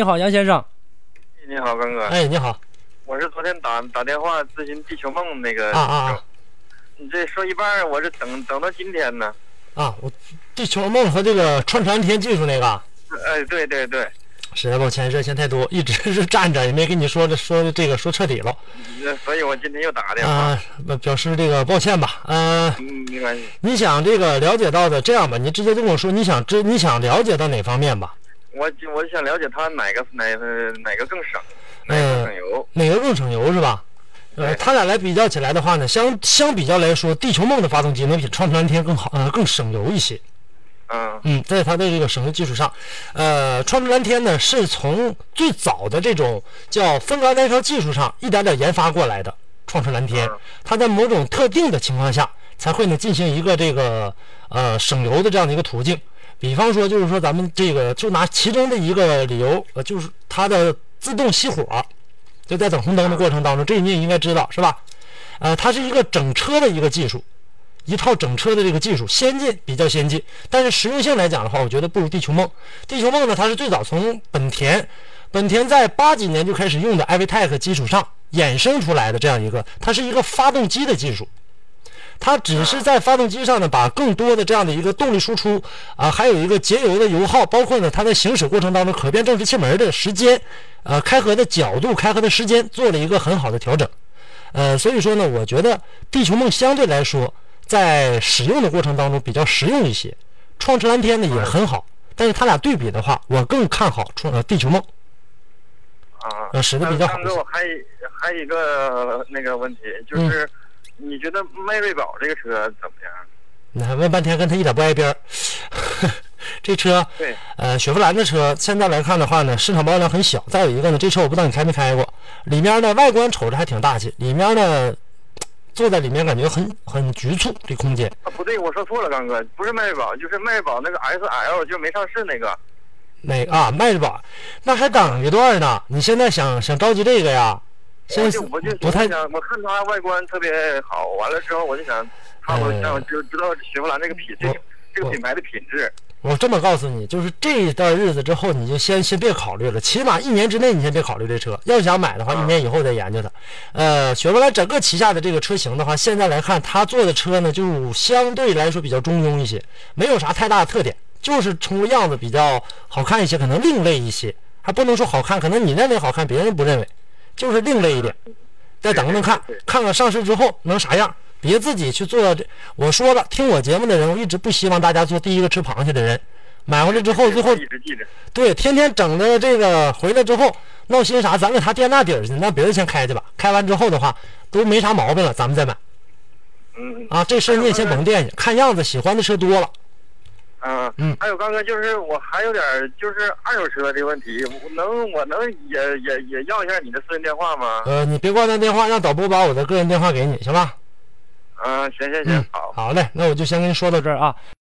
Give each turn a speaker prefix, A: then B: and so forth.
A: 你好，杨先生。
B: 你好，刚哥，
C: 哎，你好
B: 我是昨天打打电话咨询地球梦那个，
C: 啊啊
B: 哎你这说一半儿，我是等等到今天呢。
C: 啊啊！我地球梦和这个穿船天技术那个，
B: 哎，对对对，
C: 实在抱歉，热线太多，一直是站着，也没跟你说的说这个说彻底了
B: 那所以我今天又打电话。
C: 啊、表示这个抱歉吧。嗯、
B: 嗯，没关系。
C: 你想这个了解到的，这样吧，你直接就跟我说你想知你想了解到哪方面吧，
B: 我就我就想了解他哪个哪个哪个更省，哪
C: 嗯
B: 个更油。
C: 哪个更省油是吧？呃，
B: 对
C: 他俩来比较起来的话呢，相相比较来说，地球梦的发动机能比川船天更好，呃，更省油一些。
B: 嗯
C: 嗯，在它的这个省油基础上，呃，川普蓝天呢是从最早的这种叫风干燃烧技术上一点点研发过来的。创出蓝天
B: 嗯，
C: 它在某种特定的情况下才会呢进行一个这个呃省油的这样的一个途径。比方说，就是说咱们这个就拿其中的一个理由，呃，就是它的自动熄火，就在等红灯的过程当中，这你也应该知道是吧？呃，它是一个整车的一个技术，一套整车的这个技术，先进比较先进，但是实用性来讲的话，我觉得不如地球梦。地球梦呢，它是最早从本田，本田在八几年就开始用的 iVTEC 基础上衍生出来的这样一个，它是一个发动机的技术。它只是在发动机上呢，把更多的这样的一个动力输出啊，还有一个节油的油耗，包括呢它在行驶过程当中可变正时气门的时间，呃，开合的角度、开合的时间做了一个很好的调整。呃，所以说呢，我觉得地球梦相对来说在使用的过程当中比较实用一些，创驰蓝天呢也很好，但是它俩对比的话，我更看好创呃地球梦。
B: 啊，
C: 呃使得比较好嗯
B: 刚哥，我还还有一个那个问题，就是、你觉得迈锐宝这个车怎么样？
C: 你还问半天，跟他一点不挨边儿。 这车
B: 对，啊
C: 呃，雪佛兰的车现在来看的话呢，市场保有量很小。再有一个呢，这车我不知道你开没开过，里面呢外观瞅着还挺大气，里面呢坐在里面感觉很很局促，这空间。
B: 啊，不对，我说错了，刚哥，不是迈锐宝，就是迈锐宝那个 S L，就是没上市那个。
C: 那个啊，迈锐宝，那还等一段呢。你现在想想着急这个呀？现在
B: 我就我就
C: 不太
B: 想，我看它外观特别好，完了之后我就想，看我让我就知道雪佛兰这个品这
C: 哎我
B: 个这个
C: 我
B: 品牌的品质。
C: 我这么告诉你，就是这一段日子之后，你就先先别考虑了，起码一年之内你先别考虑这车。要想买的话，一年以后再研究它。呃，雪佛兰整个旗下的这个车型的话，现在来看，它做的车呢，就相对来说比较中庸一些，没有啥太大的特点，就是从样子比较好看一些，可能另类一些，还不能说好看，可能你认为好看，别人不认为，就是另类一点。再等等看
B: 对对对，
C: 看看上市之后能啥样，别自己去做这。我说了，听我节目的人，我一直不希望大家做第一个吃螃蟹的人。买回来之后，最 后
B: 一直记着。
C: 对天天整的这个回来之后闹心啥，咱给他垫那底儿去，让别人先开去吧。开完之后的话，都没啥毛病了，咱们再买
B: 嗯
C: 啊。这事儿你也先甭惦记，看样子喜欢的车多了。
B: 啊，
C: 嗯
B: 还有刚哥，就是我还有点儿就是二手车这个问题，我能我能也也也要一下你的私人电话吗？
C: 呃，你别挂断电话，让导播把我的个人电话给你，行吧？
B: 嗯、行行
C: 嗯
B: 行，好，。
C: 好嘞，那我就先跟你说到这儿。
A: 这儿啊，